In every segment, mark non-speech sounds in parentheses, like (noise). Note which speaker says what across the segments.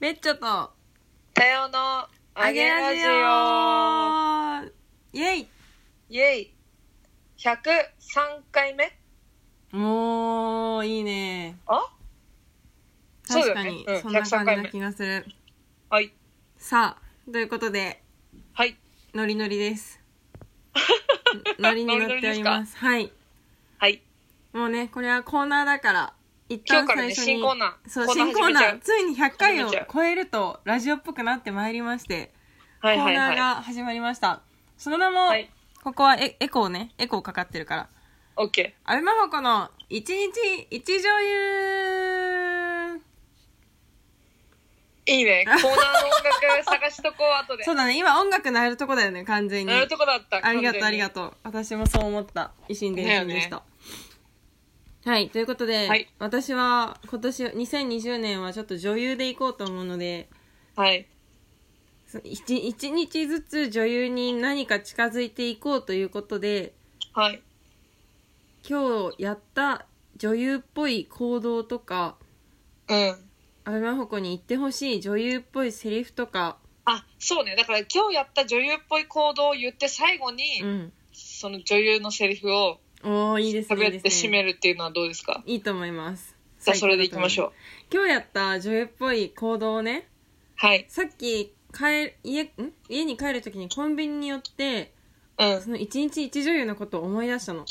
Speaker 1: めっちゃと
Speaker 2: さようの
Speaker 1: あ
Speaker 2: あ
Speaker 1: げ
Speaker 2: げ
Speaker 1: ラ
Speaker 2: ラ
Speaker 1: ジ
Speaker 2: ジオ
Speaker 1: オイエイ
Speaker 2: イェイ103回目
Speaker 1: もういいね
Speaker 2: あそう
Speaker 1: 確
Speaker 2: だ
Speaker 1: か
Speaker 2: よ
Speaker 1: に
Speaker 2: ね
Speaker 1: そ,、
Speaker 2: うん
Speaker 1: んな
Speaker 2: 103
Speaker 1: 感
Speaker 2: 回
Speaker 1: じ
Speaker 2: 目
Speaker 1: な気がする
Speaker 2: はい
Speaker 1: さあということで
Speaker 2: はい
Speaker 1: ノリノリですノリに乗っておりますはい
Speaker 2: はい
Speaker 1: もうねこれはコーナーだから一旦
Speaker 2: 今日から
Speaker 1: 最
Speaker 2: ね
Speaker 1: 初
Speaker 2: 新
Speaker 1: に
Speaker 2: コーナー
Speaker 1: そう
Speaker 2: コーナー
Speaker 1: 新コー
Speaker 2: 始め
Speaker 1: ナ
Speaker 2: ちゃ
Speaker 1: ー
Speaker 2: う
Speaker 1: ついに100回を
Speaker 2: 始めちゃう
Speaker 1: 超えるとラジオっぽくなってまいりまして
Speaker 2: はい
Speaker 1: コ
Speaker 2: は
Speaker 1: ー
Speaker 2: い
Speaker 1: ナー
Speaker 2: は
Speaker 1: が始まりました、その名も、
Speaker 2: いはい
Speaker 1: ここはエエコーねエコーかかってるから
Speaker 2: OK
Speaker 1: アルマホコの一日一女優
Speaker 2: い
Speaker 1: (laughs)
Speaker 2: いねコーナーの音楽探しとこう後で
Speaker 1: そうだね今音楽鳴るとこだよね完全に
Speaker 2: なるとこだった
Speaker 1: ありがとうありが
Speaker 2: う
Speaker 1: とう私もそう思った維新伝心でした、はいということで、
Speaker 2: はい
Speaker 1: 私は今年2020年はちょっと女優でいこうと思うので
Speaker 2: はい
Speaker 1: そ一一日ずつ女優に何か近づいていこうということで
Speaker 2: はい
Speaker 1: 今日やった女優っぽい行動とか
Speaker 2: うん
Speaker 1: アルマホコに言ってほしい女優っぽいセリフとか
Speaker 2: あそうねだから今日やった女優っぽい行動を言って最後に、
Speaker 1: うん
Speaker 2: その女優のセリフを
Speaker 1: おおいいですねいい
Speaker 2: 喋って
Speaker 1: です
Speaker 2: 締
Speaker 1: ね
Speaker 2: めるっていうのはどうですか
Speaker 1: いいと思います
Speaker 2: じゃあそれでいきまし
Speaker 1: う
Speaker 2: ょう
Speaker 1: 今日やった女優っぽい行動をね
Speaker 2: はい
Speaker 1: さっき帰家ん家に帰る時にコンビニに寄って
Speaker 2: (laughs) うん
Speaker 1: その一日一女優のことを思い出したの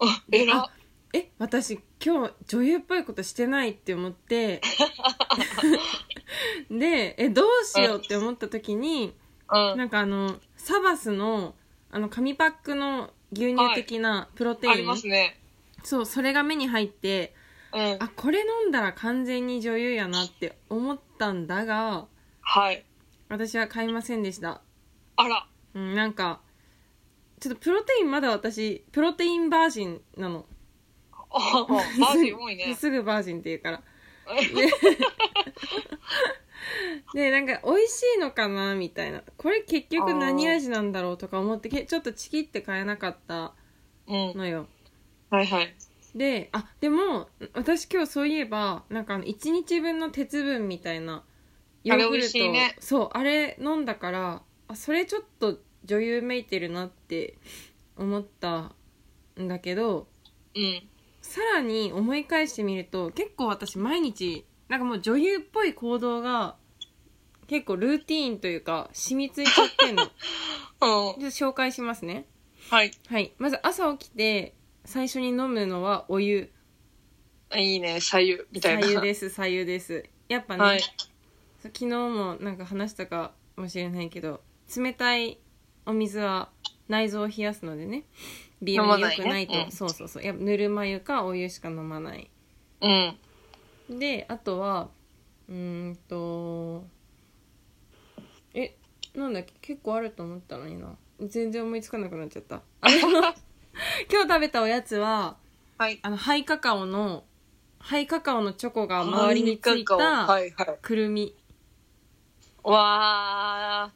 Speaker 2: あ
Speaker 1: で
Speaker 2: えら
Speaker 1: あえ私今日女優っぽいことしてないって思って
Speaker 2: (laughs)
Speaker 1: でえどうしようって思った時に
Speaker 2: うん
Speaker 1: なんかあのサバスのあの紙パックの牛乳的なプロテイン、
Speaker 2: ありますね
Speaker 1: そうそれが目に入って
Speaker 2: うん
Speaker 1: あこれ飲んだら完全に女優やなって思ったんだが
Speaker 2: はい
Speaker 1: 私は買いませんでした、
Speaker 2: あら
Speaker 1: うん、なんかちょっとプロテインまだ私プロテインバージンなの (laughs)
Speaker 2: あマジ多いね
Speaker 1: すぐバージンって言うからでなんか美味しいのかなみたいなこれ結局何味なんだろうとか思ってけちょっとチキって買えなかった
Speaker 2: うん
Speaker 1: のよ
Speaker 2: はいはい
Speaker 1: であでも私今日そういえばなんかあの1日分の鉄分みたいなヨーグ
Speaker 2: あれ美
Speaker 1: ル
Speaker 2: 味
Speaker 1: ト
Speaker 2: しいね
Speaker 1: そうあれ飲んだからあそれちょっと女優めいてるなって思ったんだけど
Speaker 2: うん
Speaker 1: さらに思い返してみると結構私毎日なんかもう女優っぽい行動が結構ルーティーンというか染みついちゃってん
Speaker 2: (laughs)
Speaker 1: のちょ
Speaker 2: うん
Speaker 1: っと紹介しますね
Speaker 2: はい
Speaker 1: はいまず朝起きて最初に飲むのはお湯
Speaker 2: いいね左右みたいな
Speaker 1: 左右です左右ですやっぱね、
Speaker 2: はい
Speaker 1: 昨日もなんか話したかもしれないけど冷たいお水は内臓を冷やすのでね美容に良く
Speaker 2: 飲ま
Speaker 1: な
Speaker 2: ないいね
Speaker 1: と
Speaker 2: うん
Speaker 1: そうそうそうやっぱぬるま湯かお湯しか飲まない
Speaker 2: うん
Speaker 1: であとはうーんとえなんだっけ結構あると思ったのにな全然思いつかなくなっちゃった
Speaker 2: (laughs)
Speaker 1: あの今日食べたおやつは
Speaker 2: はい
Speaker 1: あのハイカカオのハイカカオのチョコが周りについ
Speaker 2: は
Speaker 1: た
Speaker 2: いはい
Speaker 1: くるみ
Speaker 2: わあ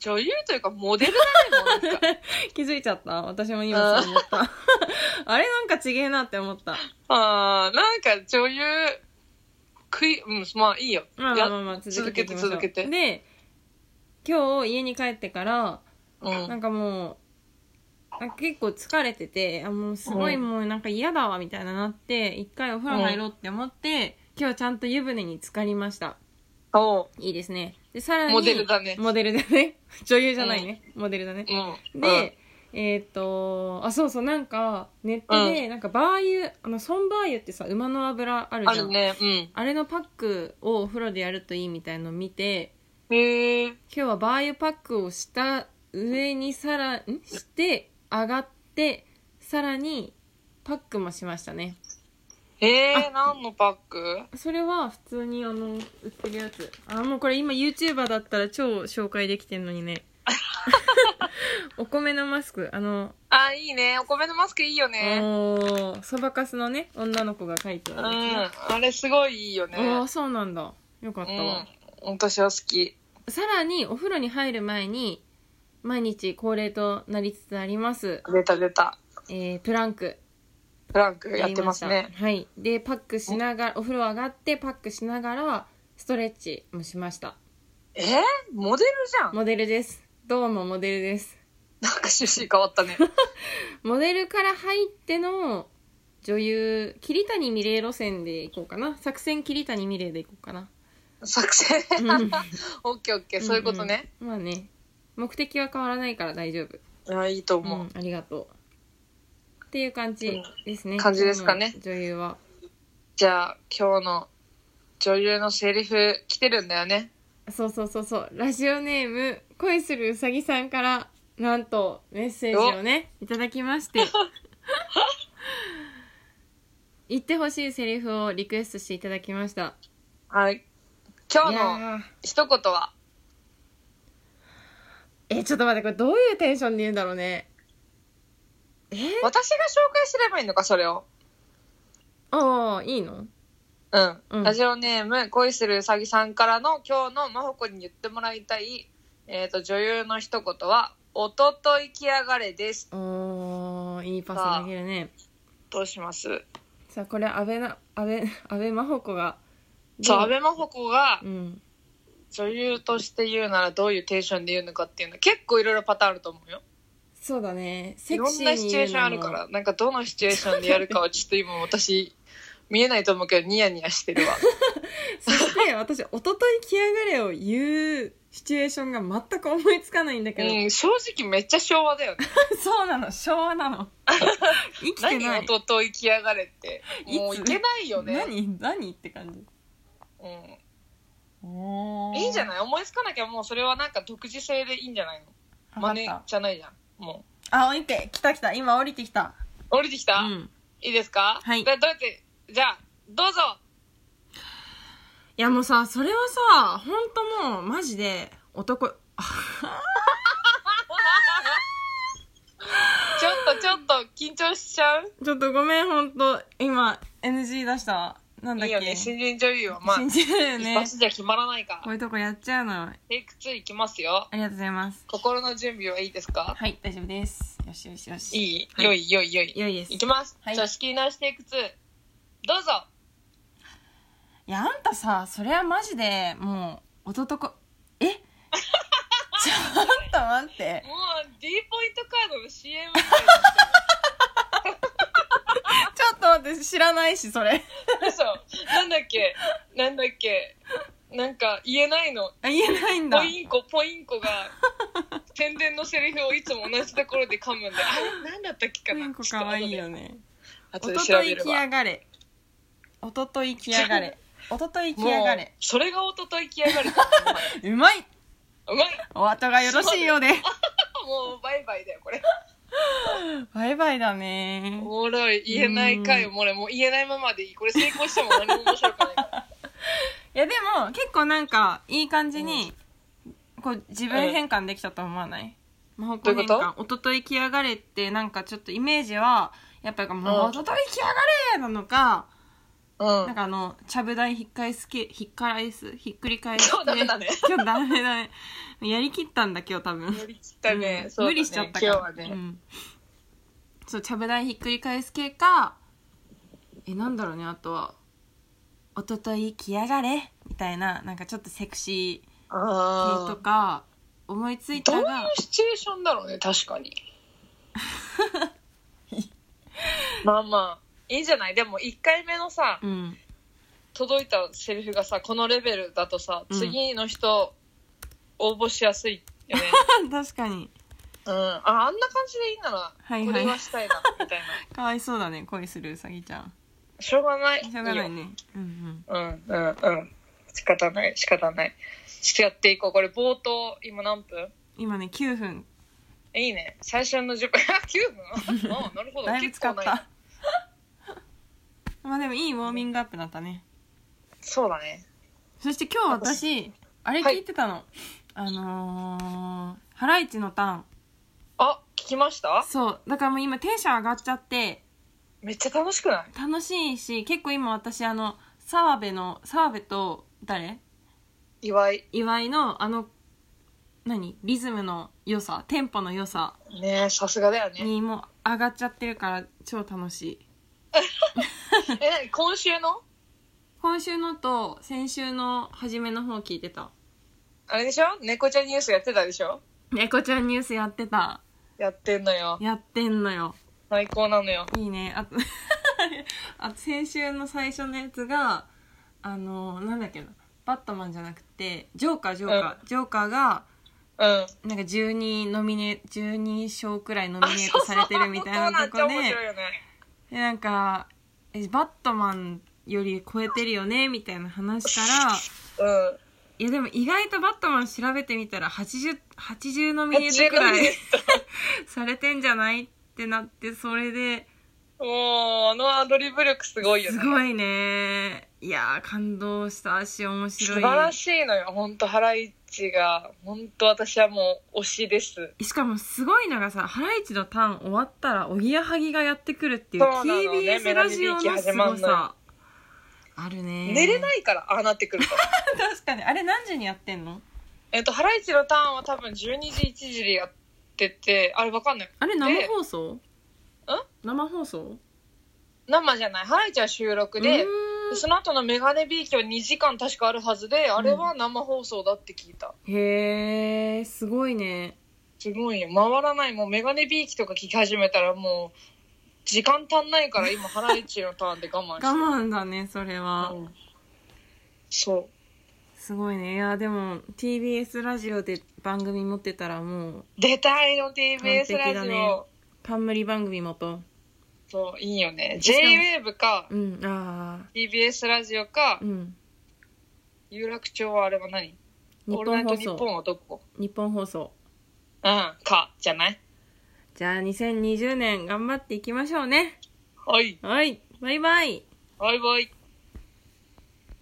Speaker 2: 女優というかモデルだねもう
Speaker 1: (laughs)
Speaker 2: なんか
Speaker 1: 気づいちゃった私も今そう思った (laughs) あれなんかちげえなって思った
Speaker 2: あーなんか女優食いうんまあいいよ
Speaker 1: まあまあまあまあ続
Speaker 2: 続
Speaker 1: けて
Speaker 2: けて
Speaker 1: いきましょう
Speaker 2: 続けて
Speaker 1: で今日家に帰ってから
Speaker 2: う
Speaker 1: なんんかもうなんか結構疲れててあもうすごい
Speaker 2: うん
Speaker 1: もうなんか嫌だわみたいななって一回お風呂入ろうって思って今日ちゃんと湯船に浸かりました
Speaker 2: おう
Speaker 1: いいですねでさらに
Speaker 2: モデルだね
Speaker 1: モデルだね (laughs) 女優じゃないね、モデルだね
Speaker 2: うん
Speaker 1: で、えーっ、とあそうそうなんかネットでなんかバー油あのソンバー油ってさ馬の油あ
Speaker 2: う
Speaker 1: る
Speaker 2: んあ
Speaker 1: じゃ
Speaker 2: る
Speaker 1: ん
Speaker 2: ねうん
Speaker 1: あれのパックをお風呂でやるといいみたいのを見て
Speaker 2: へえ
Speaker 1: 今日はバー油パックをした上にさらんして上がってさらにパックもしましたね
Speaker 2: えー、何のパック
Speaker 1: それは普通にあの売ってるやつあもうこれ今 YouTuber だったら超紹介できてんのに
Speaker 2: (laughs)
Speaker 1: ねお米のマスクあの
Speaker 2: あ、いいね。お米のマスクいいよね。
Speaker 1: おーそばかすのね女の子が書いて
Speaker 2: う
Speaker 1: あ
Speaker 2: ん。
Speaker 1: るや
Speaker 2: あれすごいいいよ
Speaker 1: つ
Speaker 2: ね
Speaker 1: ね。ああそうなんだよかっ
Speaker 2: う
Speaker 1: たわ
Speaker 2: ん、。私は好き。
Speaker 1: さらにお風呂に入る前に毎日恒例となりつつあります、
Speaker 2: 出た出た。
Speaker 1: えー、プランク
Speaker 2: プランクやってます
Speaker 1: やり
Speaker 2: ね
Speaker 1: し。たはいでパックしながらお風呂上がってパックしながらストレッチもしました
Speaker 2: えーモデルじゃん。
Speaker 1: モデルですどうもモデルです
Speaker 2: なんか趣旨変わ
Speaker 1: (laughs)
Speaker 2: ったね。
Speaker 1: モデルから入っての女優桐谷美玲路線で行こうかな作戦桐谷美玲で行こうかな
Speaker 2: 作戦。
Speaker 1: ん
Speaker 2: オッケーオッケー、そういうことね。
Speaker 1: うんうんまあね目的は変わらないから大丈夫
Speaker 2: あいいと思う。
Speaker 1: うんありがとうっていう感じですね、
Speaker 2: うん感じですかね
Speaker 1: 今の女優は
Speaker 2: じゃあ、今日の女優のセリフ来てるんだよね。
Speaker 1: そうそうそうそうラジオネーム恋するうさぎさんからなんとメッセージをねいただきまして
Speaker 2: (laughs)
Speaker 1: 言ってほしいセリフをリクエストしていただきました
Speaker 2: はい。今
Speaker 1: い
Speaker 2: 日
Speaker 1: や
Speaker 2: の
Speaker 1: ー
Speaker 2: 一言は、
Speaker 1: えちょっと待ってこれどういうテンションで言うんだろうねえ
Speaker 2: 私が紹介すればいいのか、それを。
Speaker 1: ああいいの
Speaker 2: うん。
Speaker 1: うん
Speaker 2: ラジオネーム、恋するうさぎさんからの今日の真帆子に言ってもらいたい、えっ、と、女優の一言は、おととい来やがれです。
Speaker 1: おーいいパス投げるね
Speaker 2: どうします
Speaker 1: さあこれ安倍な安倍 (laughs) 安倍真帆子が
Speaker 2: そう、
Speaker 1: ど
Speaker 2: 安倍真帆子が
Speaker 1: うん
Speaker 2: 女優として言うならどういうテンションで言うのかっていうの結構いろいろパターンあると思うよ。
Speaker 1: そうだね
Speaker 2: い
Speaker 1: セク
Speaker 2: ろ
Speaker 1: シ
Speaker 2: ん
Speaker 1: ー
Speaker 2: な
Speaker 1: に
Speaker 2: シチュ
Speaker 1: 言
Speaker 2: エー
Speaker 1: う
Speaker 2: ションあ
Speaker 1: の
Speaker 2: る
Speaker 1: も
Speaker 2: から、なんかどのシチュエーションでやるかはちょっと今私、見えないと思うけどニヤニヤしてるわ。
Speaker 1: (laughs) そして私「おととい来やがれ」を言うシチュエーションが全く思いつかないんだけど、
Speaker 2: うん、正直めっちゃ昭和だよね。
Speaker 1: (laughs) そうなの昭和な
Speaker 2: (laughs)
Speaker 1: の生きて
Speaker 2: 何
Speaker 1: ない
Speaker 2: おととい来やがれって。もういけないよね。
Speaker 1: 何何って感じ
Speaker 2: う
Speaker 1: お
Speaker 2: ん。いいんじゃ
Speaker 1: い
Speaker 2: ない思いつかなきゃもうそれはなんか独自性でいいんじゃないの真似じゃないじゃん。も
Speaker 1: あ降りて来た来た今降りてきた
Speaker 2: う。降りてきた、
Speaker 1: うん
Speaker 2: いいですか
Speaker 1: はい
Speaker 2: でどうやって、じゃあ、どうぞ
Speaker 1: いやもうさそれはさ本当もうマジで男
Speaker 2: ちょっとちょっと緊張しちゃう
Speaker 1: ちょっとごめん本当今 NG 出したわなんだっ
Speaker 2: いい
Speaker 1: け
Speaker 2: よ
Speaker 1: (laughs)
Speaker 2: ね、新人女優はまあ、
Speaker 1: 信じるよ
Speaker 2: 一
Speaker 1: ね
Speaker 2: 発じゃ決まらないか
Speaker 1: こう
Speaker 2: ら。
Speaker 1: いうとこやっちゃうのよ
Speaker 2: テイク2いきますよ。
Speaker 1: ありがとうございます
Speaker 2: 心の準備はいいですか
Speaker 1: はい大丈夫ですよしよしよし
Speaker 2: いい
Speaker 1: はい
Speaker 2: 良い良い良い。
Speaker 1: 良いです
Speaker 2: いきます。
Speaker 1: はい
Speaker 2: じゃあ仕切り直しテイク2。どうぞ
Speaker 1: いやあんたさそれはマジでもう男え (laughs) ちょっと待って
Speaker 2: もう D ポイントカードの CM みたい
Speaker 1: ちょっと待って知らないしそれ
Speaker 2: な。嘘なんだっけなんだっけなんか言えないの。
Speaker 1: あ言えないんだ
Speaker 2: ポインコ、ポインコが、宣伝のセリフをいつも同じところで噛むんで、あれ、なんだったっけか
Speaker 1: う
Speaker 2: な。
Speaker 1: んこかわいいよね
Speaker 2: ち
Speaker 1: お
Speaker 2: ょっ
Speaker 1: と
Speaker 2: と後
Speaker 1: と
Speaker 2: で。後で調べ
Speaker 1: い
Speaker 2: る
Speaker 1: 来
Speaker 2: わ。
Speaker 1: やがれおととい来やがれおととい来
Speaker 2: も
Speaker 1: やが
Speaker 2: う
Speaker 1: れ、
Speaker 2: それがおととい来やがれた。
Speaker 1: うまいう
Speaker 2: まい。
Speaker 1: お後がよろしいようで
Speaker 2: もうバイバイだよ、これ。
Speaker 1: バイバイだね
Speaker 2: おもろい。言えない回
Speaker 1: う
Speaker 2: も俺もう言えないままでいい。これ成功しても何も面白くないから。
Speaker 1: いやでも結構なんかいい感じに、こう自分変換できたと思わない、魔法
Speaker 2: どうい
Speaker 1: 変
Speaker 2: うこと
Speaker 1: 換おととい来やがれってなんかちょっとイメージはやっぱりもう
Speaker 2: うん
Speaker 1: おととい来やがれなのか、
Speaker 2: うん。
Speaker 1: なんかあのちゃぶ台ひっかえすけひっかえすひっくり返す
Speaker 2: 今日ダメだね
Speaker 1: 今日ダメだねやりきったんだ今日多分
Speaker 2: 無理しちゃったね。
Speaker 1: うん
Speaker 2: そうだ
Speaker 1: 無
Speaker 2: ね
Speaker 1: 理しちゃったから
Speaker 2: 今日
Speaker 1: う
Speaker 2: はね。
Speaker 1: ん、そうちゃぶ台ひっくり返す系かえなんだろうねあとは「おととい来やがれ」みたいななんかちょっとセクシー系と
Speaker 2: ああ。
Speaker 1: か思いつい
Speaker 2: どう
Speaker 1: た
Speaker 2: いう
Speaker 1: が
Speaker 2: シチュエーションだろうね、確かに。 (laughs) まあまあ、いいんじゃないでも1回目のさ、
Speaker 1: うん (laughs)
Speaker 2: 届いたセリフがさ、このレベルだとさ、
Speaker 1: うん
Speaker 2: 次の人、応募しやすいよ
Speaker 1: (laughs)
Speaker 2: ね。
Speaker 1: 確かに
Speaker 2: うん。あ、あんな感じでいいなら、
Speaker 1: はいはい
Speaker 2: これはしたいな、みたいな。
Speaker 1: かわいそうだね恋するうさぎちゃん
Speaker 2: しょうがない。
Speaker 1: しょうがない
Speaker 2: いよ
Speaker 1: ねうんうん
Speaker 2: うん、うん、うん。仕方ない、仕方ない。付き合っていこう。これ冒頭、今何分
Speaker 1: 今ね9分
Speaker 2: いいね。最初の10分。あ、9分
Speaker 1: (laughs)
Speaker 2: あなるほど。
Speaker 1: だいぶ
Speaker 2: 結
Speaker 1: 使
Speaker 2: 構
Speaker 1: っ
Speaker 2: ない
Speaker 1: た (laughs) まあでもいいウォーミングアップだったね
Speaker 2: そうだね。
Speaker 1: そして今日私あれ聞いてたの、あのー「ハライチのターン
Speaker 2: あ、聞きまし」た
Speaker 1: そうだからもう今テンション上がっちゃって
Speaker 2: めっちゃ楽しくない
Speaker 1: 楽しいし結構今私あの澤部の澤部と誰
Speaker 2: 祝い。
Speaker 1: 岩井のあの何リズムの良さテンポの良さ
Speaker 2: ねえ、さすがだよね。
Speaker 1: にもう上がっちゃってるから超楽しい
Speaker 2: え、なに今週の
Speaker 1: 今週のと先週の初めの方聞いてた
Speaker 2: あれでしょ猫ちゃんニュースやってたでしょ
Speaker 1: 猫ちゃんニュースやってた
Speaker 2: やってんのよ。
Speaker 1: やってんのよ
Speaker 2: 最高なのよ。
Speaker 1: いいねあと (laughs) あと先週の最初のやつがあのなんだっけなバットマンじゃなくてジョーカージョーカー、ジョーカーが
Speaker 2: うん。
Speaker 1: なんか12ノミネ12賞くらいノミネートされてるみたいなとこ
Speaker 2: そうそうそうなんて面
Speaker 1: で
Speaker 2: 白いよね。
Speaker 1: でなんかえバットマンより超えてるよねみたいな話から
Speaker 2: うん。
Speaker 1: いやでも意外とバットマン調べてみたら 80, 80ノミネートくらい (laughs) されてんじゃないってなってそれで
Speaker 2: もう、あのアドリブ力すごいよ
Speaker 1: す
Speaker 2: ね。
Speaker 1: ごいねいやー感動したし面
Speaker 2: 素
Speaker 1: 白い
Speaker 2: 晴らしいのよ。ほんと、ハライチが、ほんと私はもう推しです。
Speaker 1: しかもすごいのがさハライチのターン終わったらおぎやはぎがやってくるっていう
Speaker 2: そうなのね
Speaker 1: TBS ラジオのす
Speaker 2: メロ
Speaker 1: ご
Speaker 2: ディー弾
Speaker 1: さあるね
Speaker 2: 寝れ
Speaker 1: い
Speaker 2: ないから、ああなってくると。 (laughs)
Speaker 1: 確かにあれ何時にやってんの
Speaker 2: えっと、ハライチのターンは多分12時、1時でやってて、あれわかんない。
Speaker 1: あれ生
Speaker 2: で
Speaker 1: 放送ん生放送
Speaker 2: 生じゃない。ハライチは収録で、
Speaker 1: うーん
Speaker 2: でその後のメガネビーキは2時間確かあるはずで、あれは生放送だって聞いた。
Speaker 1: へえすごいね
Speaker 2: すごいよ。回らない。もうメガネビーキとか聞き始めたらもう、時間足んないから今、ハライチのターンで我慢
Speaker 1: (laughs)
Speaker 2: し
Speaker 1: 我
Speaker 2: て。
Speaker 1: 慢だねそれは、
Speaker 2: うんそ
Speaker 1: すごいねいやでも TBS ラジオで番組持ってたらもう
Speaker 2: う。出たいの、
Speaker 1: 完
Speaker 2: TBS
Speaker 1: 璧
Speaker 2: ラ
Speaker 1: だ
Speaker 2: ジ
Speaker 1: ね
Speaker 2: オ。
Speaker 1: 冠番組もと
Speaker 2: そう、いいよね。
Speaker 1: しかも
Speaker 2: JWAVE か
Speaker 1: う、んあ
Speaker 2: TBS ラジオか
Speaker 1: あう、ん
Speaker 2: 有楽町はあれは何
Speaker 1: 日
Speaker 2: オールナ
Speaker 1: 本
Speaker 2: イ
Speaker 1: 放送
Speaker 2: トニッポンはどこ
Speaker 1: 日本放送
Speaker 2: うん、か、じゃない
Speaker 1: じゃあ2020年頑張っていきましょうね
Speaker 2: はい。
Speaker 1: はいバイバイ
Speaker 2: バイバイ。